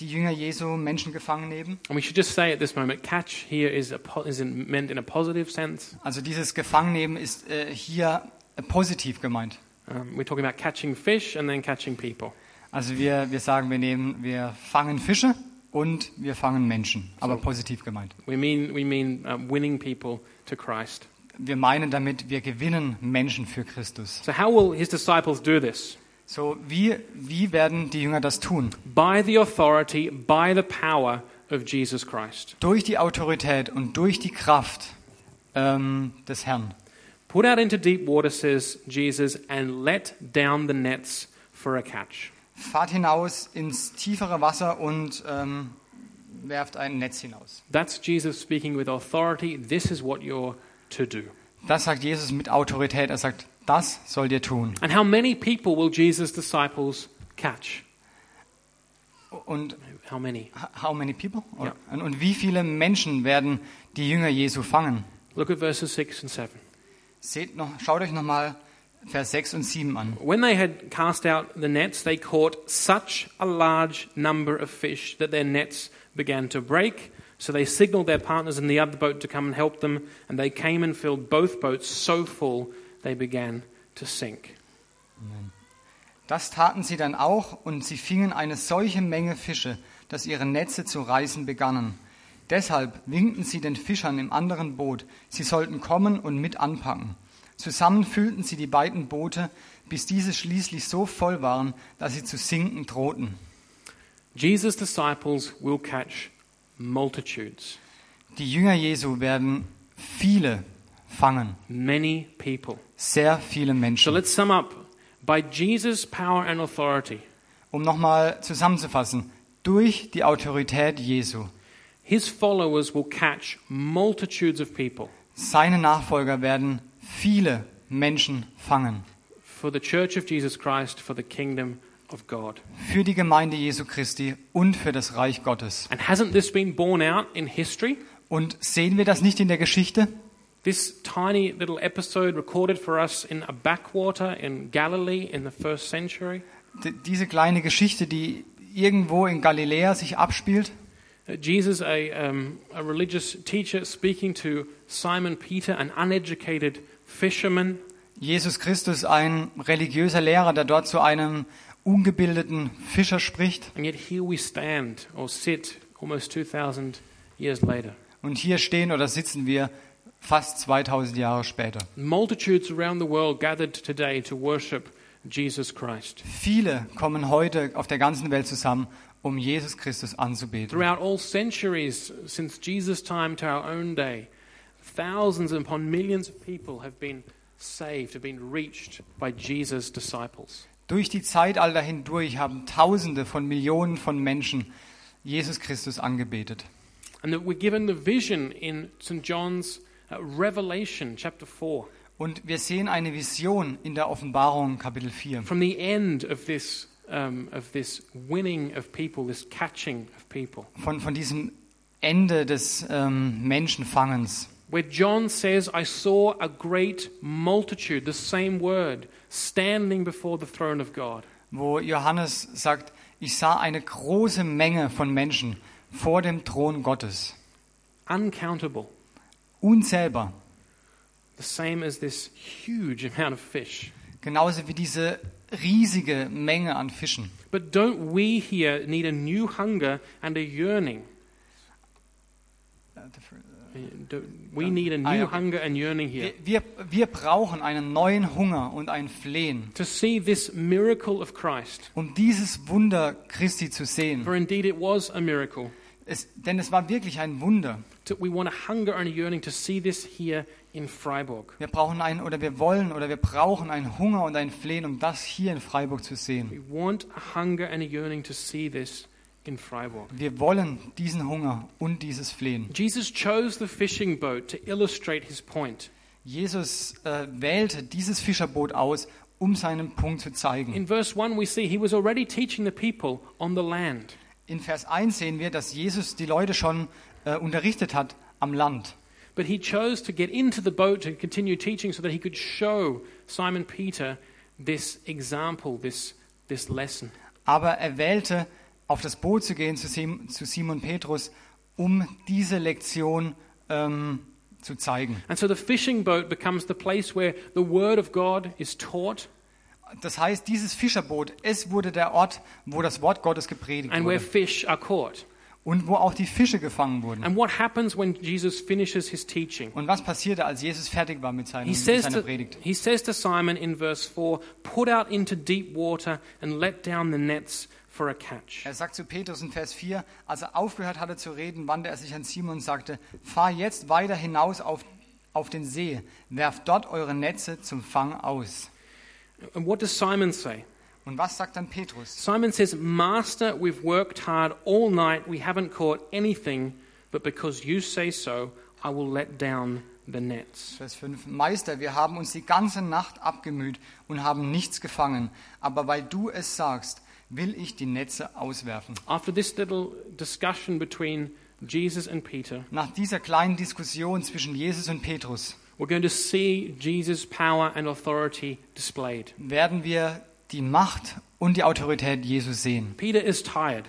Speaker 2: die Jünger Jesu Menschen gefangen nehmen?
Speaker 1: And we should just say at this moment, catch here is, a po- is in, meant in a positive sense.
Speaker 2: Also dieses Gefangennehmen ist äh, hier positiv gemeint.
Speaker 1: Um, we're talking about catching fish and then catching people.
Speaker 2: Also wir, wir sagen, wir nehmen, wir fangen Fische und wir fangen Menschen, aber positiv gemeint.
Speaker 1: We mean, we mean um, winning people to Christ.
Speaker 2: Wir meinen damit, wir gewinnen Menschen für Christus.
Speaker 1: So, how will his disciples do this?
Speaker 2: So, wie, wie werden die Jünger das tun?
Speaker 1: By the authority, by the power of Jesus Christ.
Speaker 2: Durch die Autorität und durch die Kraft ähm, des Herrn.
Speaker 1: Put out into deep water, says Jesus, and let down the nets for a catch.
Speaker 2: Fahrt hinaus ins tiefere Wasser und ähm, werft ein Netz hinaus.
Speaker 1: That's Jesus speaking with authority. This is what you're to do.
Speaker 2: Das sagt Jesus mit Autorität. Er sagt, das sollt ihr tun.
Speaker 1: And how many people will Jesus' disciples catch?
Speaker 2: Und
Speaker 1: How many?
Speaker 2: how many people? Oder- Und, und wie viele Menschen werden die Jünger Jesu fangen?
Speaker 1: Look at verses 6 and 7.
Speaker 2: Seht noch, schaut euch nochmal Vers 6 und 7 an.
Speaker 1: When they had cast out the nets, they caught such a large number of fish that their nets began to break. So they signaled their partners in the other boat to come and help them, and they came and filled both boats so full they began to sink.
Speaker 2: Das taten sie dann auch, und sie fingen eine solche Menge Fische, dass ihre Netze zu reißen begannen. Deshalb winkten sie den Fischern im anderen Boot, sie sollten kommen und mit anpacken. Zusammen füllten sie die beiden Boote, bis diese schließlich so voll waren, dass sie zu sinken drohten.
Speaker 1: Jesus' disciples will catch multitudes,
Speaker 2: Die Jünger Jesu werden viele fangen,
Speaker 1: many people.
Speaker 2: sehr viele
Speaker 1: So
Speaker 2: Menschen.
Speaker 1: let's sum up. By Jesus' power and authority,
Speaker 2: Um nochmal zusammenzufassen, durch die Autorität Jesu,
Speaker 1: his followers will catch multitudes of people.
Speaker 2: seine Nachfolger werden viele Menschen fangen.
Speaker 1: for the church of Jesus Christ, for the kingdom of God.
Speaker 2: für die Gemeinde Jesu Christi und für das Reich Gottes.
Speaker 1: And hasn't this been borne out in history?
Speaker 2: Und sehen wir das nicht in der Geschichte?
Speaker 1: This tiny little episode recorded for us in a backwater in Galilee in the first century
Speaker 2: D diese kleine Geschichte, die irgendwo in Galiläa sich abspielt?
Speaker 1: Uh, Jesus, a, um, a religious teacher, speaking to Simon Peter, an uneducated fisherman,
Speaker 2: Jesus Christus, ein religiöser Lehrer, der dort zu einem ungebildeten Fischer spricht.
Speaker 1: and yet here we stand or sit almost 2,000 years later.
Speaker 2: Und hier stehen oder sitzen wir fast 2000 Jahre später.
Speaker 1: Multitudes around the world gathered today to worship Jesus Christ.
Speaker 2: Viele kommen heute auf der ganzen Welt zusammen, um Jesus Christus anzubeten.
Speaker 1: Throughout all centuries since Jesus' time to our own day, thousands upon millions of people have been saved, have been reached by Jesus' disciples.
Speaker 2: Durch die Zeitalter hindurch haben Tausende von Millionen von Menschen Jesus Christus angebetet.
Speaker 1: And that we're given the vision in St. John's uh, Revelation, chapter 4,
Speaker 2: Und wir sehen eine Vision in der Offenbarung Kapitel 4.
Speaker 1: from the end of this, um, of this winning of people, this catching of people,
Speaker 2: Von, von diesem Ende des ähm, Menschenfangens.
Speaker 1: where John says, I saw a great multitude, the same word, standing before the throne of God.
Speaker 2: wo Johannes sagt, ich sah eine große Menge von Menschen vor dem Thron Gottes,
Speaker 1: Uncountable.
Speaker 2: unzählbar,
Speaker 1: the same as this huge amount of fish.
Speaker 2: genauso wie diese riesige Menge an Fischen.
Speaker 1: But don't we here need a new hunger and a yearning? Uh, don't- We need a new
Speaker 2: Ah, ja, okay.
Speaker 1: hunger and yearning here
Speaker 2: Wir, wir, wir brauchen einen neuen Hunger und ein Flehen,
Speaker 1: to see this miracle of Christ.
Speaker 2: um dieses Wunder Christi zu sehen.
Speaker 1: For indeed, it was a miracle.
Speaker 2: Es, denn es war wirklich ein Wunder.
Speaker 1: To- We want a hunger and a yearning to see this here in Freiburg.
Speaker 2: Wir brauchen einen oder wir wollen oder wir brauchen einen Hunger und ein Flehen, um das hier in Freiburg zu sehen.
Speaker 1: We want a hunger and a yearning to see this in Freiburg.
Speaker 2: Wir wollen diesen Hunger und dieses Flehen.
Speaker 1: Jesus chose the fishing boat to illustrate his point.
Speaker 2: Jesus äh, wählte dieses Fischerboot aus, um seinen Punkt zu zeigen.
Speaker 1: In verse 1, we see he was already teaching the people on the land.
Speaker 2: In Vers 1 sehen wir, dass Jesus die Leute schon äh, unterrichtet hat am Land.
Speaker 1: But he chose to get into the boat and continue teaching so that he could show Simon Peter this example, this, this lesson.
Speaker 2: Aber er wählte, auf das Boot zu gehen zu, Sim zu Simon Petrus, um diese Lektion ähm, zu zeigen.
Speaker 1: And so the fishing boat becomes the place where the word of God is taught
Speaker 2: Das heißt, dieses Fischerboot, es wurde der Ort, wo das Wort Gottes gepredigt
Speaker 1: and where
Speaker 2: wurde
Speaker 1: fish are caught.
Speaker 2: und wo auch die Fische gefangen wurden.
Speaker 1: And what happens when Jesus finishes his teaching?
Speaker 2: Und was passierte, als Jesus fertig war mit, seinem,
Speaker 1: He
Speaker 2: mit
Speaker 1: says,
Speaker 2: seiner
Speaker 1: to,
Speaker 2: Predigt?
Speaker 1: he says to Simon in verse 4 Put out into deep water and let down the nets for a catch.
Speaker 2: Er sagt zu Petrus in Vers 4, als er aufgehört hatte zu reden, wandte er sich an Simon und sagte, fahr jetzt weiter hinaus auf, auf den See, werft dort eure Netze zum Fang aus.
Speaker 1: And what does Simon say?
Speaker 2: Und was sagt dann Petrus?
Speaker 1: Simon says, Master, we've worked hard all night. We haven't caught anything, but because you say so, I will let down the nets.
Speaker 2: Vers 5, Meister, wir haben uns die ganze Nacht abgemüht und haben nichts gefangen, aber weil du es sagst, will ich die Netze auswerfen.
Speaker 1: After this little discussion between Jesus and Peter,
Speaker 2: Nach dieser kleinen Diskussion zwischen Jesus und Petrus
Speaker 1: we're going to see Jesus' power and authority displayed.
Speaker 2: werden wir die Macht und die Autorität Jesu sehen.
Speaker 1: Peter is tired,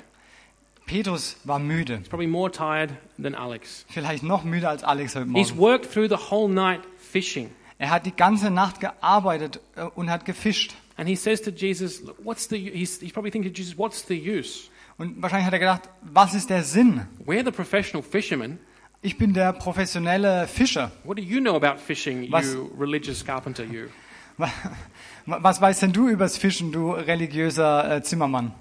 Speaker 2: Petrus war müde,
Speaker 1: probably more tired than Alex.
Speaker 2: vielleicht noch müder als Alex heute Morgen.
Speaker 1: He's worked through the whole night fishing,
Speaker 2: Er hat die ganze Nacht gearbeitet äh, und hat gefischt.
Speaker 1: and he says to Jesus, "Look, What's the, u- he's, he's probably thinking to Jesus, What's the use?
Speaker 2: Und wahrscheinlich hat er gedacht, was ist der Sinn?
Speaker 1: We're the professional fishermen.
Speaker 2: Ich bin der professionelle Fischer.
Speaker 1: What do you know about fishing,
Speaker 2: Was-
Speaker 1: you religious carpenter, you?
Speaker 2: Wa- Was weißt denn du übers Fischen, du religiöser äh, Zimmermann?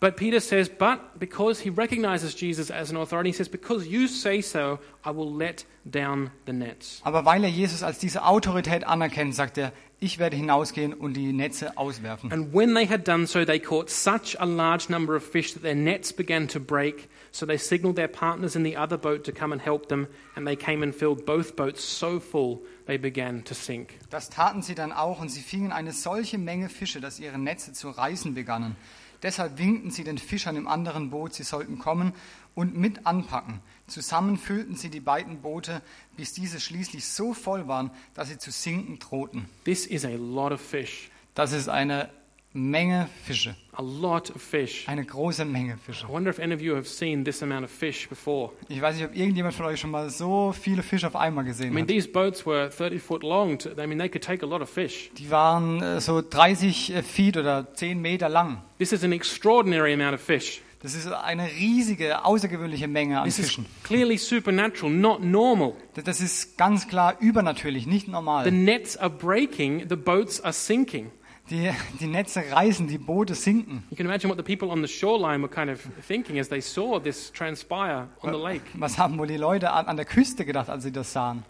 Speaker 1: But Peter says, but because he recognizes Jesus as an authority, he says, because you say so, I will let down the nets.
Speaker 2: Aber weil er Jesus als diese Autorität anerkennt, sagt er, ich werde hinausgehen und die Netze auswerfen.
Speaker 1: And when they had done so, they caught such a large number of fish that their nets began to break. So they signaled their partners in the other boat to come and help them, and they came and filled both boats so full they began to sink.
Speaker 2: Das taten sie dann auch und sie fingen eine solche Menge Fische, dass ihre Netze zu reißen begannen. Deshalb winkten sie den Fischern im anderen Boot, sie sollten kommen und mit anpacken. Zusammen füllten sie die beiden Boote, bis diese schließlich so voll waren, dass sie zu sinken drohten.
Speaker 1: This is a lot of fish.
Speaker 2: Das ist eine Menge Fische.
Speaker 1: a lot of fish.
Speaker 2: Eine große Menge Fische.
Speaker 1: I wonder if any of you have seen this amount of fish before.
Speaker 2: Ich weiß nicht, ob irgendjemand von euch schon mal so viele Fische auf einmal
Speaker 1: I
Speaker 2: gesehen
Speaker 1: mean,
Speaker 2: hat.
Speaker 1: these boats were 30 foot long. To, I mean, they could take a lot of fish.
Speaker 2: Die waren äh, so 30 äh, Feet oder 10 Meter lang.
Speaker 1: This is an extraordinary amount of fish.
Speaker 2: Das ist eine riesige, außergewöhnliche Menge an
Speaker 1: This is
Speaker 2: Fischen.
Speaker 1: clearly supernatural, not normal.
Speaker 2: Das ist ganz klar übernatürlich, nicht
Speaker 1: The
Speaker 2: normal.
Speaker 1: nets are breaking, the boats are sinking.
Speaker 2: Die, die Netze reißen, die Boote sinken.
Speaker 1: You can imagine what the people on the shoreline were kind of thinking as they saw this transpire on the lake.
Speaker 2: Was haben wohl die Leute an, an der Küste gedacht, als sie das sahen?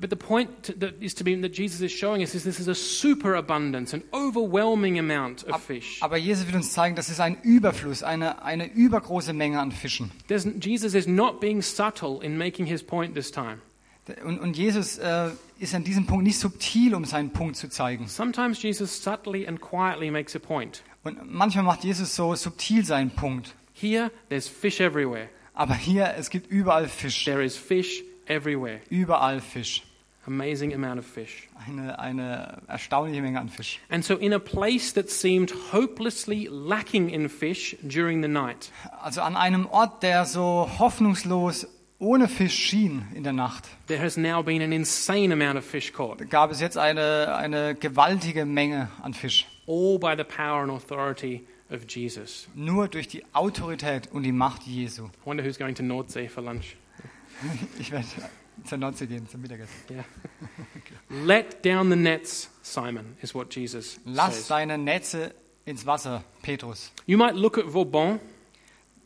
Speaker 1: But the point to, that is to be that Jesus is showing us is this is a superabundance, an overwhelming amount of fish.
Speaker 2: Aber Jesus will uns zeigen, das ist ein Überfluss, eine, eine übergroße Menge an Fischen.
Speaker 1: There's, Jesus is not being subtle in making his point this time.
Speaker 2: Und, und Jesus äh, ist an diesem Punkt nicht subtil, um seinen Punkt zu zeigen.
Speaker 1: Sometimes Jesus subtly and quietly makes a point.
Speaker 2: Und manchmal macht Jesus so subtil seinen Punkt.
Speaker 1: Here, there's fish everywhere.
Speaker 2: Aber hier, es gibt überall Fisch.
Speaker 1: There is fish everywhere.
Speaker 2: Überall Fisch.
Speaker 1: Amazing amount of fish.
Speaker 2: Eine, eine erstaunliche Menge an Fisch.
Speaker 1: And so, in a place that seemed hopelessly lacking in fish during the night,
Speaker 2: Also an einem Ort, der so hoffnungslos ohne Fisch schien in der Nacht,
Speaker 1: there has now been an insane amount of fish caught,
Speaker 2: gab es jetzt eine, eine gewaltige Menge an Fisch.
Speaker 1: all by the power and authority of Jesus.
Speaker 2: Nur durch die Autorität und die Macht Jesu.
Speaker 1: I wonder who's going to Nordsee for lunch.
Speaker 2: Ich werde zur Nordsee gehen, zum Mittagessen.
Speaker 1: Yeah. Let down the nets, Simon, is what Jesus
Speaker 2: Lass
Speaker 1: says.
Speaker 2: deine Netze ins Wasser, Petrus.
Speaker 1: You might look at Vauban,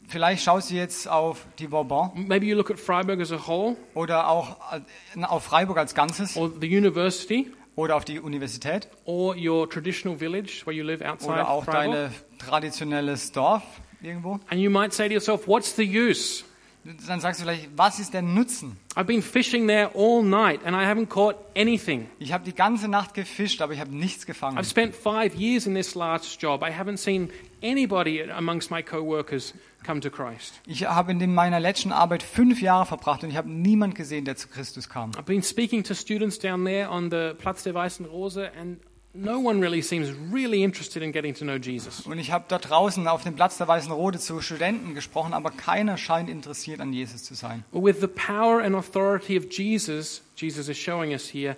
Speaker 2: Vielleicht schaust du jetzt auf die Bourbon
Speaker 1: maybe you look at Freiburg as a whole,
Speaker 2: oder auch äh, auf Freiburg als Ganzes
Speaker 1: or the university,
Speaker 2: oder auf die Universität
Speaker 1: or your traditional village where you live outside
Speaker 2: oder auch
Speaker 1: Freiburg.
Speaker 2: dein traditionelles Dorf irgendwo.
Speaker 1: And you might say to yourself, what's the use?
Speaker 2: Dann sagst du vielleicht, was ist der Nutzen?
Speaker 1: I've been fishing there all night and I haven't caught anything.
Speaker 2: Ich habe die ganze Nacht gefischt, aber ich habe nichts gefangen.
Speaker 1: I've spent five years in this last job. I haven't seen anybody amongst my co workers come to Christ.
Speaker 2: Ich habe in dem- meiner letzten Arbeit fünf Jahre verbracht und ich habe niemand gesehen, der zu Christus kam.
Speaker 1: I've been speaking to students down there on the Platz der Weißen Rose and no one really seems really interested in getting to know Jesus.
Speaker 2: Und ich habe dort draußen auf dem Platz der Weißen Rode zu Studenten gesprochen, aber keiner scheint interessiert an Jesus zu sein.
Speaker 1: With the power and authority of Jesus, Jesus is showing us here,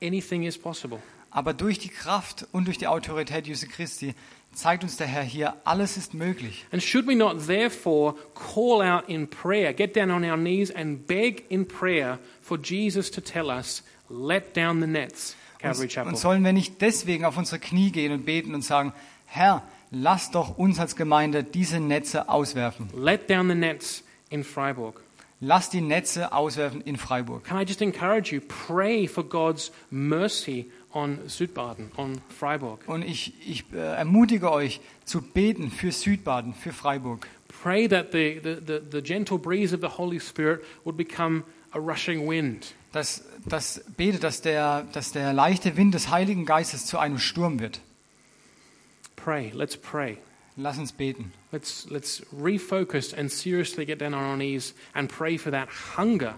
Speaker 1: anything is possible.
Speaker 2: Aber durch die Kraft und durch die Autorität Jesu Christi zeigt uns der Herr hier, alles ist möglich.
Speaker 1: And should we not therefore call out in prayer, get down on our knees and beg in prayer for Jesus to tell us, let down the nets, Calvary
Speaker 2: Und,
Speaker 1: Chapel.
Speaker 2: und sollen wir nicht deswegen auf unsere Knie gehen und beten und sagen, Herr, lass doch uns als Gemeinde diese Netze auswerfen.
Speaker 1: let down the nets in Freiburg.
Speaker 2: Lass die Netze auswerfen in Freiburg.
Speaker 1: Can I just encourage you, pray for God's mercy on Südbaden, on Freiburg.
Speaker 2: Und ich, ich äh, ermutige euch zu beten für Südbaden, für Freiburg.
Speaker 1: Pray that the, the, the, the gentle breeze of the Holy Spirit would become a rushing wind.
Speaker 2: Dass, dass betet, dass der, dass der leichte Wind des Heiligen Geistes zu einem Sturm wird.
Speaker 1: Pray, let's pray.
Speaker 2: Lass uns beten.
Speaker 1: Let's, let's refocus and seriously get down on our knees and pray for that hunger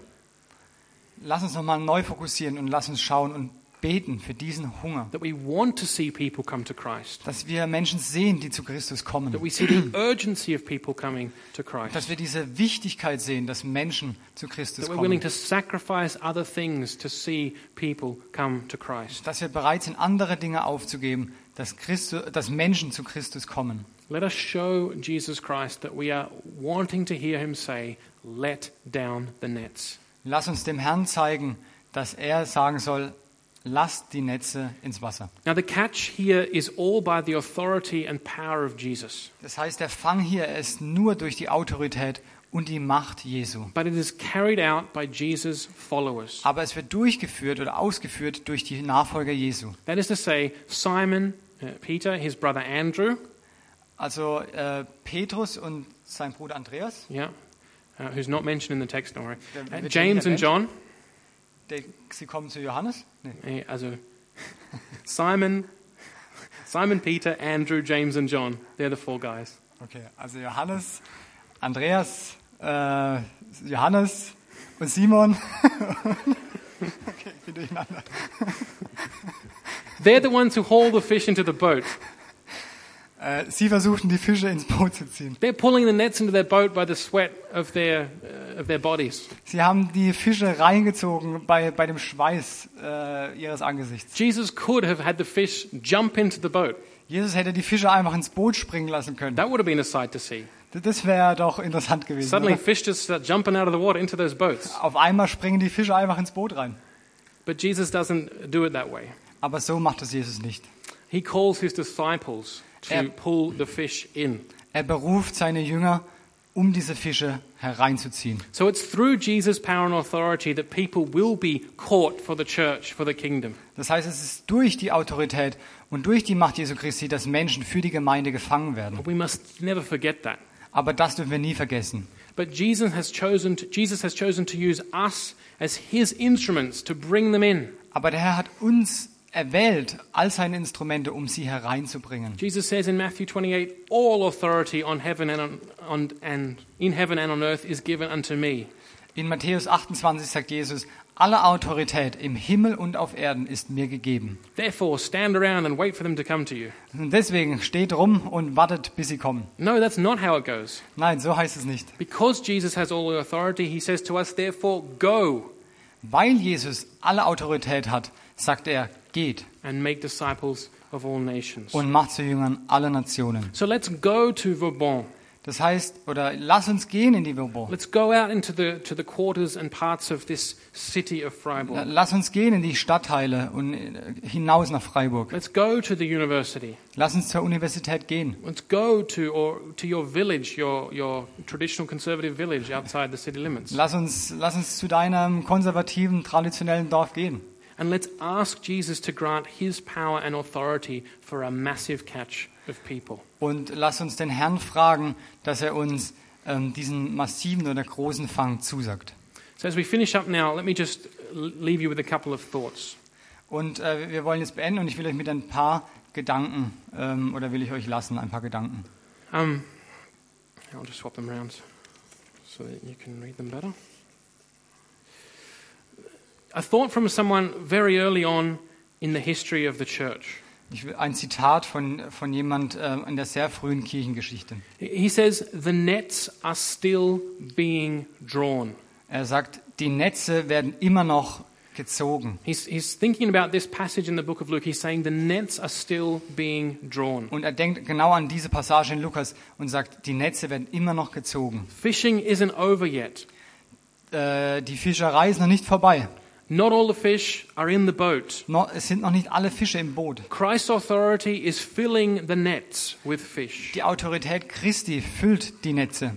Speaker 2: Lass uns nochmal neu fokussieren und lass uns schauen und beten für diesen Hunger.
Speaker 1: that we want to see people come to Christ,
Speaker 2: Dass wir Menschen sehen, die zu Christus kommen.
Speaker 1: that we see the urgency of people coming to Christ,
Speaker 2: Dass wir diese Wichtigkeit sehen, dass Menschen zu Christus
Speaker 1: that we're willing
Speaker 2: kommen.
Speaker 1: to sacrifice other things to see people come to Christ.
Speaker 2: Dass wir bereit sind, andere Dinge aufzugeben, dass, Christus, dass Menschen zu Christus kommen.
Speaker 1: Let us show Jesus Christ that we are wanting to hear him say, Let down the nets.
Speaker 2: Lass uns dem Herrn zeigen, dass er sagen soll, lasst die Netze ins Wasser.
Speaker 1: Now, the catch here is all by the authority and power of Jesus,
Speaker 2: Das heißt, der Fang hier ist nur durch die Autorität und die Macht Jesu.
Speaker 1: but it is carried out by Jesus' followers.
Speaker 2: Aber es wird durchgeführt oder ausgeführt durch die Nachfolger Jesu.
Speaker 1: That is to say, Simon, uh, Peter, his brother Andrew,
Speaker 2: Also äh, Petrus und sein Bruder Andreas,
Speaker 1: yeah, uh, who's not mentioned in the text, don't worry,
Speaker 2: Then
Speaker 1: Uh,
Speaker 2: which
Speaker 1: James and
Speaker 2: one is
Speaker 1: John,
Speaker 2: der, sie kommen zu Johannes. Nee.
Speaker 1: Eh, also Simon, Simon, Peter, Andrew, James, and John. They're the four guys.
Speaker 2: Okay, also Johannes, Andreas, äh, Johannes und Simon. okay, ich bin durcheinander.
Speaker 1: They're the ones who haul the fish into the boat.
Speaker 2: Äh, sie versuchten, die Fische ins Boot zu ziehen.
Speaker 1: They're pulling the nets into their boat by the sweat of their, uh, of their bodies.
Speaker 2: Sie haben die Fische reingezogen bei, bei dem Schweiß äh, ihres Angesichts.
Speaker 1: Jesus could have had the fish jump into the boat.
Speaker 2: Jesus hätte die Fische einfach ins Boot springen lassen können.
Speaker 1: That would have been a sight to see.
Speaker 2: D- Das wäre doch interessant gewesen.
Speaker 1: Suddenly,
Speaker 2: Oder?
Speaker 1: fish just start jumping out of the water into those boats.
Speaker 2: Auf einmal springen die Fische einfach ins Boot rein.
Speaker 1: But Jesus doesn't do it that way.
Speaker 2: Aber so macht es Jesus nicht.
Speaker 1: He calls his disciples to
Speaker 2: Yep.
Speaker 1: pull the fish in.
Speaker 2: Er beruft seine Jünger, um diese Fische hereinzuziehen.
Speaker 1: So it's through Jesus' power and authority that people will be caught for the church, for the kingdom.
Speaker 2: Das heißt, es ist durch die Autorität und durch die Macht Jesu Christi, dass Menschen für die Gemeinde gefangen werden.
Speaker 1: But we must never forget that.
Speaker 2: Aber das dürfen wir nie vergessen.
Speaker 1: But Jesus has chosen to, Jesus has chosen to use us as his instruments to bring them in.
Speaker 2: Aber der Herr hat uns erwählt als seine Instrumente, um sie hereinzubringen.
Speaker 1: Jesus says in Matthew 28, all authority on heaven and on, on and in heaven and on earth is given unto me.
Speaker 2: In Matthäus 28 sagt Jesus, alle Autorität im Himmel und auf Erden ist mir gegeben.
Speaker 1: Therefore stand around and wait for them to come to you.
Speaker 2: Und deswegen steht rum und wartet, bis sie kommen.
Speaker 1: No, that's not how it goes.
Speaker 2: Nein, so heißt es nicht.
Speaker 1: Because Jesus has all authority, he says to us, therefore go
Speaker 2: Weil Jesus alle Autorität hat, sagt er, geht
Speaker 1: and make disciples of all nations.
Speaker 2: und macht zu Jüngern alle Nationen.
Speaker 1: So let's go to Vauban.
Speaker 2: Das heißt, oder lass uns gehen in die Vauban.
Speaker 1: Let's go out into the, to the quarters and parts of this city of Freiburg.
Speaker 2: Lass uns gehen in die Stadtteile und äh, hinaus nach Freiburg.
Speaker 1: Let's go to the university.
Speaker 2: Lass uns zur Universität gehen.
Speaker 1: Let's go to, or, to your village, your, your traditional conservative village outside the city limits.
Speaker 2: Lass uns, lass uns zu deinem konservativen, traditionellen Dorf gehen.
Speaker 1: And let's ask Jesus to grant his power and authority for a massive catch of people.
Speaker 2: Und lass uns den Herrn fragen, dass er uns ähm, diesen massiven oder großen Fang zusagt.
Speaker 1: So, as we finish up now, let me just l- leave you with a couple of thoughts.
Speaker 2: Und äh, wir wollen jetzt beenden und ich will euch mit ein paar Gedanken ähm, oder will ich euch lassen ein paar Gedanken.
Speaker 1: Um, I'll just swap them around so that you can read them better. A thought from someone very early on in the history of the church.
Speaker 2: Ich will ein Zitat von, von jemand äh, in der sehr frühen Kirchengeschichte.
Speaker 1: He says, The nets are still being drawn.
Speaker 2: Er sagt, die Netze werden immer noch gezogen.
Speaker 1: He's, he's thinking about this passage in the book of Luke. He's saying, The nets are still being drawn.
Speaker 2: Und er denkt genau an diese Passage in Lukas und sagt, die Netze werden immer noch gezogen.
Speaker 1: Fishing isn't over yet.
Speaker 2: Äh, die Fischerei ist noch nicht vorbei.
Speaker 1: Not all the fish are in the boat.
Speaker 2: No, es sind noch nicht alle Fische im Boot.
Speaker 1: Christ's authority is filling the nets with fish.
Speaker 2: Die Autorität Christi füllt die Netze,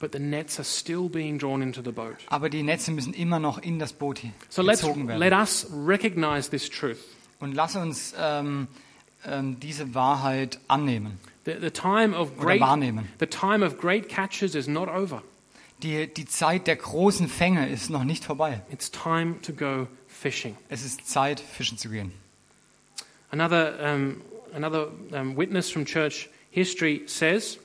Speaker 1: But the nets are still being drawn into the boat.
Speaker 2: aber die Netze müssen immer noch in das Boot hi-
Speaker 1: So let's,
Speaker 2: gezogen
Speaker 1: let
Speaker 2: werden.
Speaker 1: us recognize this truth.
Speaker 2: Und lass uns ähm, ähm, diese Wahrheit annehmen
Speaker 1: The, the, time of
Speaker 2: oder
Speaker 1: great,
Speaker 2: wahrnehmen.
Speaker 1: the time of great catches is not over.
Speaker 2: Die, die Zeit der großen Fänge ist noch nicht vorbei.
Speaker 1: It's time to go fishing.
Speaker 2: Es ist Zeit, fischen zu gehen.
Speaker 1: Another, um, another um, witness from church history says,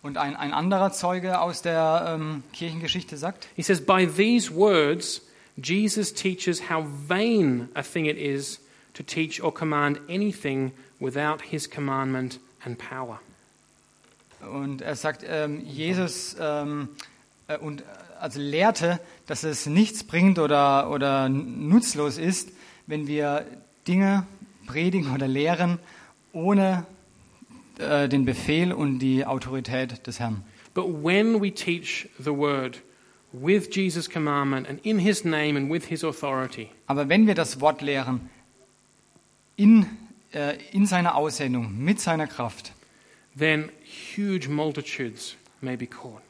Speaker 2: Und ein, ein anderer Zeuge aus der ähm, Kirchengeschichte sagt,
Speaker 1: he says, by these words, Jesus teaches how vain a thing it is to teach or command anything without his commandment and power.
Speaker 2: und er sagt, ähm, Jesus ähm, äh, und äh, also lehrte, dass es nichts bringt oder, oder n- nutzlos ist, wenn wir Dinge predigen oder lehren ohne äh, den Befehl und die Autorität des Herrn.
Speaker 1: But when we teach the word with Jesus' commandment and in his name and with his authority,
Speaker 2: Aber wenn wir das Wort lehren in, äh, in seiner Aussendung, mit seiner Kraft,
Speaker 1: then huge multitudes may be caught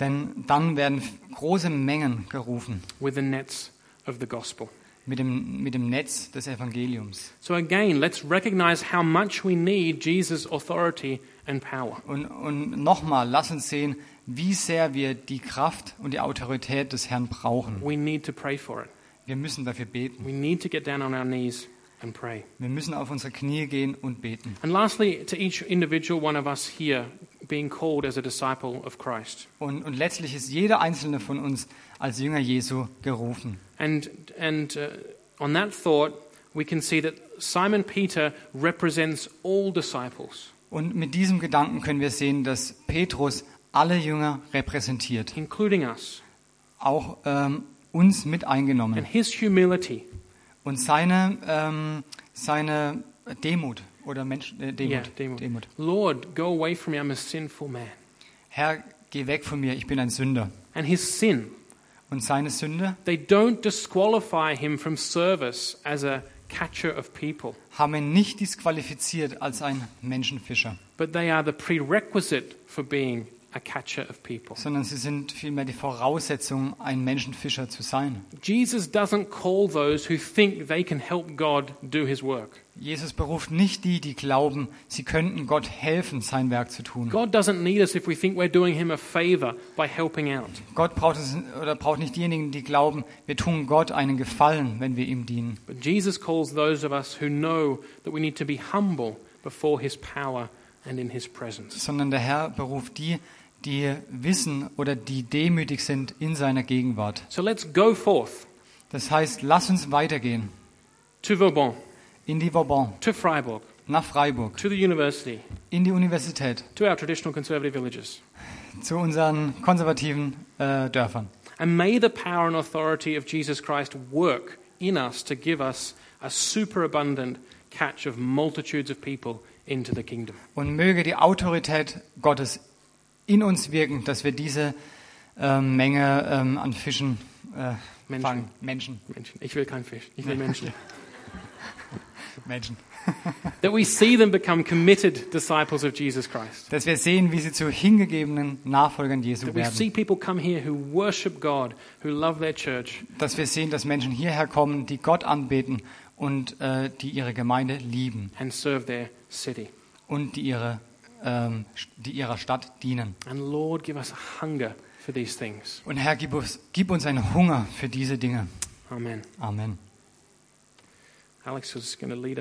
Speaker 2: denn dann werden f- große Mengen gerufen.
Speaker 1: with the nets of the gospel.
Speaker 2: mit dem, mit dem Netz des Evangeliums.
Speaker 1: So again, let's recognize how much we need Jesus' authority and power.
Speaker 2: Und, und nochmal, lass uns sehen, wie sehr wir die Kraft und die Autorität des Herrn brauchen.
Speaker 1: We need to pray for it.
Speaker 2: Wir müssen dafür beten.
Speaker 1: We need to get down on our knees and pray.
Speaker 2: Wir müssen auf unsere Knie gehen und beten.
Speaker 1: And lastly, to each individual one of us here being called as a disciple of Christ.
Speaker 2: Und, und letztlich ist jeder einzelne von uns als Jünger Jesu gerufen.
Speaker 1: And, and uh, on that thought, we can see that Simon Peter represents all disciples.
Speaker 2: Und mit diesem Gedanken können wir sehen, dass Petrus alle Jünger repräsentiert,
Speaker 1: including us.
Speaker 2: auch ähm, uns mit
Speaker 1: And
Speaker 2: eingenommen.
Speaker 1: his humility
Speaker 2: Und seine, ähm, seine Demut oder Mensch, äh, Demut,
Speaker 1: Yeah, Demut.
Speaker 2: Demut.
Speaker 1: Lord, go away from me, I'm a sinful man.
Speaker 2: Herr, geh weg von mir, ich bin ein Sünder.
Speaker 1: And his sin.
Speaker 2: Und seine Sünde
Speaker 1: They don't disqualify him from service as a catcher of people,
Speaker 2: haben ihn nicht disqualifiziert als ein Menschenfischer,
Speaker 1: but they are the prerequisite for being a catcher of people.
Speaker 2: sondern sie sind vielmehr die Voraussetzung, ein Menschenfischer zu sein.
Speaker 1: Jesus doesn't call those who think they can help God do his work.
Speaker 2: Jesus beruft nicht die, die glauben, sie könnten Gott helfen, sein Werk zu tun.
Speaker 1: God doesn't need us if we think we're doing him a favor by helping out.
Speaker 2: Gott braucht, es, oder braucht nicht diejenigen, die glauben, wir tun Gott einen Gefallen, wenn wir ihm dienen.
Speaker 1: But Jesus calls those of us who know that we need to be humble before his power and in his presence.
Speaker 2: sondern der Herr beruft die, die wissen oder die demütig sind in seiner Gegenwart.
Speaker 1: So let's go forth
Speaker 2: Das heißt, lass uns weitergehen
Speaker 1: to Vauban,
Speaker 2: in die Bourbon,
Speaker 1: to Freiburg,
Speaker 2: nach Freiburg,
Speaker 1: to the university,
Speaker 2: in die Universität,
Speaker 1: to our traditional conservative villages.
Speaker 2: zu unseren konservativen äh, Dörfern.
Speaker 1: And may the power and authority of Jesus Christ work in us to give us a superabundant catch of multitudes of people into the kingdom.
Speaker 2: Und möge die Autorität Gottes in uns wirken, dass wir diese ähm, Menge ähm, an Fischen äh,
Speaker 1: Menschen.
Speaker 2: fangen. Menschen,
Speaker 1: Menschen. Ich will kein Fisch, ich will Menschen.
Speaker 2: Menschen.
Speaker 1: that we see them become committed disciples of Jesus Christ.
Speaker 2: Dass wir sehen, wie sie zu hingegebenen Nachfolgern Jesu
Speaker 1: That we
Speaker 2: werden.
Speaker 1: see people come here who worship God, who love their church,
Speaker 2: dass wir sehen, dass Menschen hierher kommen, die Gott anbeten und äh, die ihre Gemeinde lieben
Speaker 1: and serve their city.
Speaker 2: und die, ihre, ähm, die ihrer Stadt dienen.
Speaker 1: And Lord, give us a hunger for these things.
Speaker 2: Und Herr, gib uns, gib uns einen Hunger für diese Dinge.
Speaker 1: Amen.
Speaker 2: Amen.
Speaker 1: Alex is going to lead us.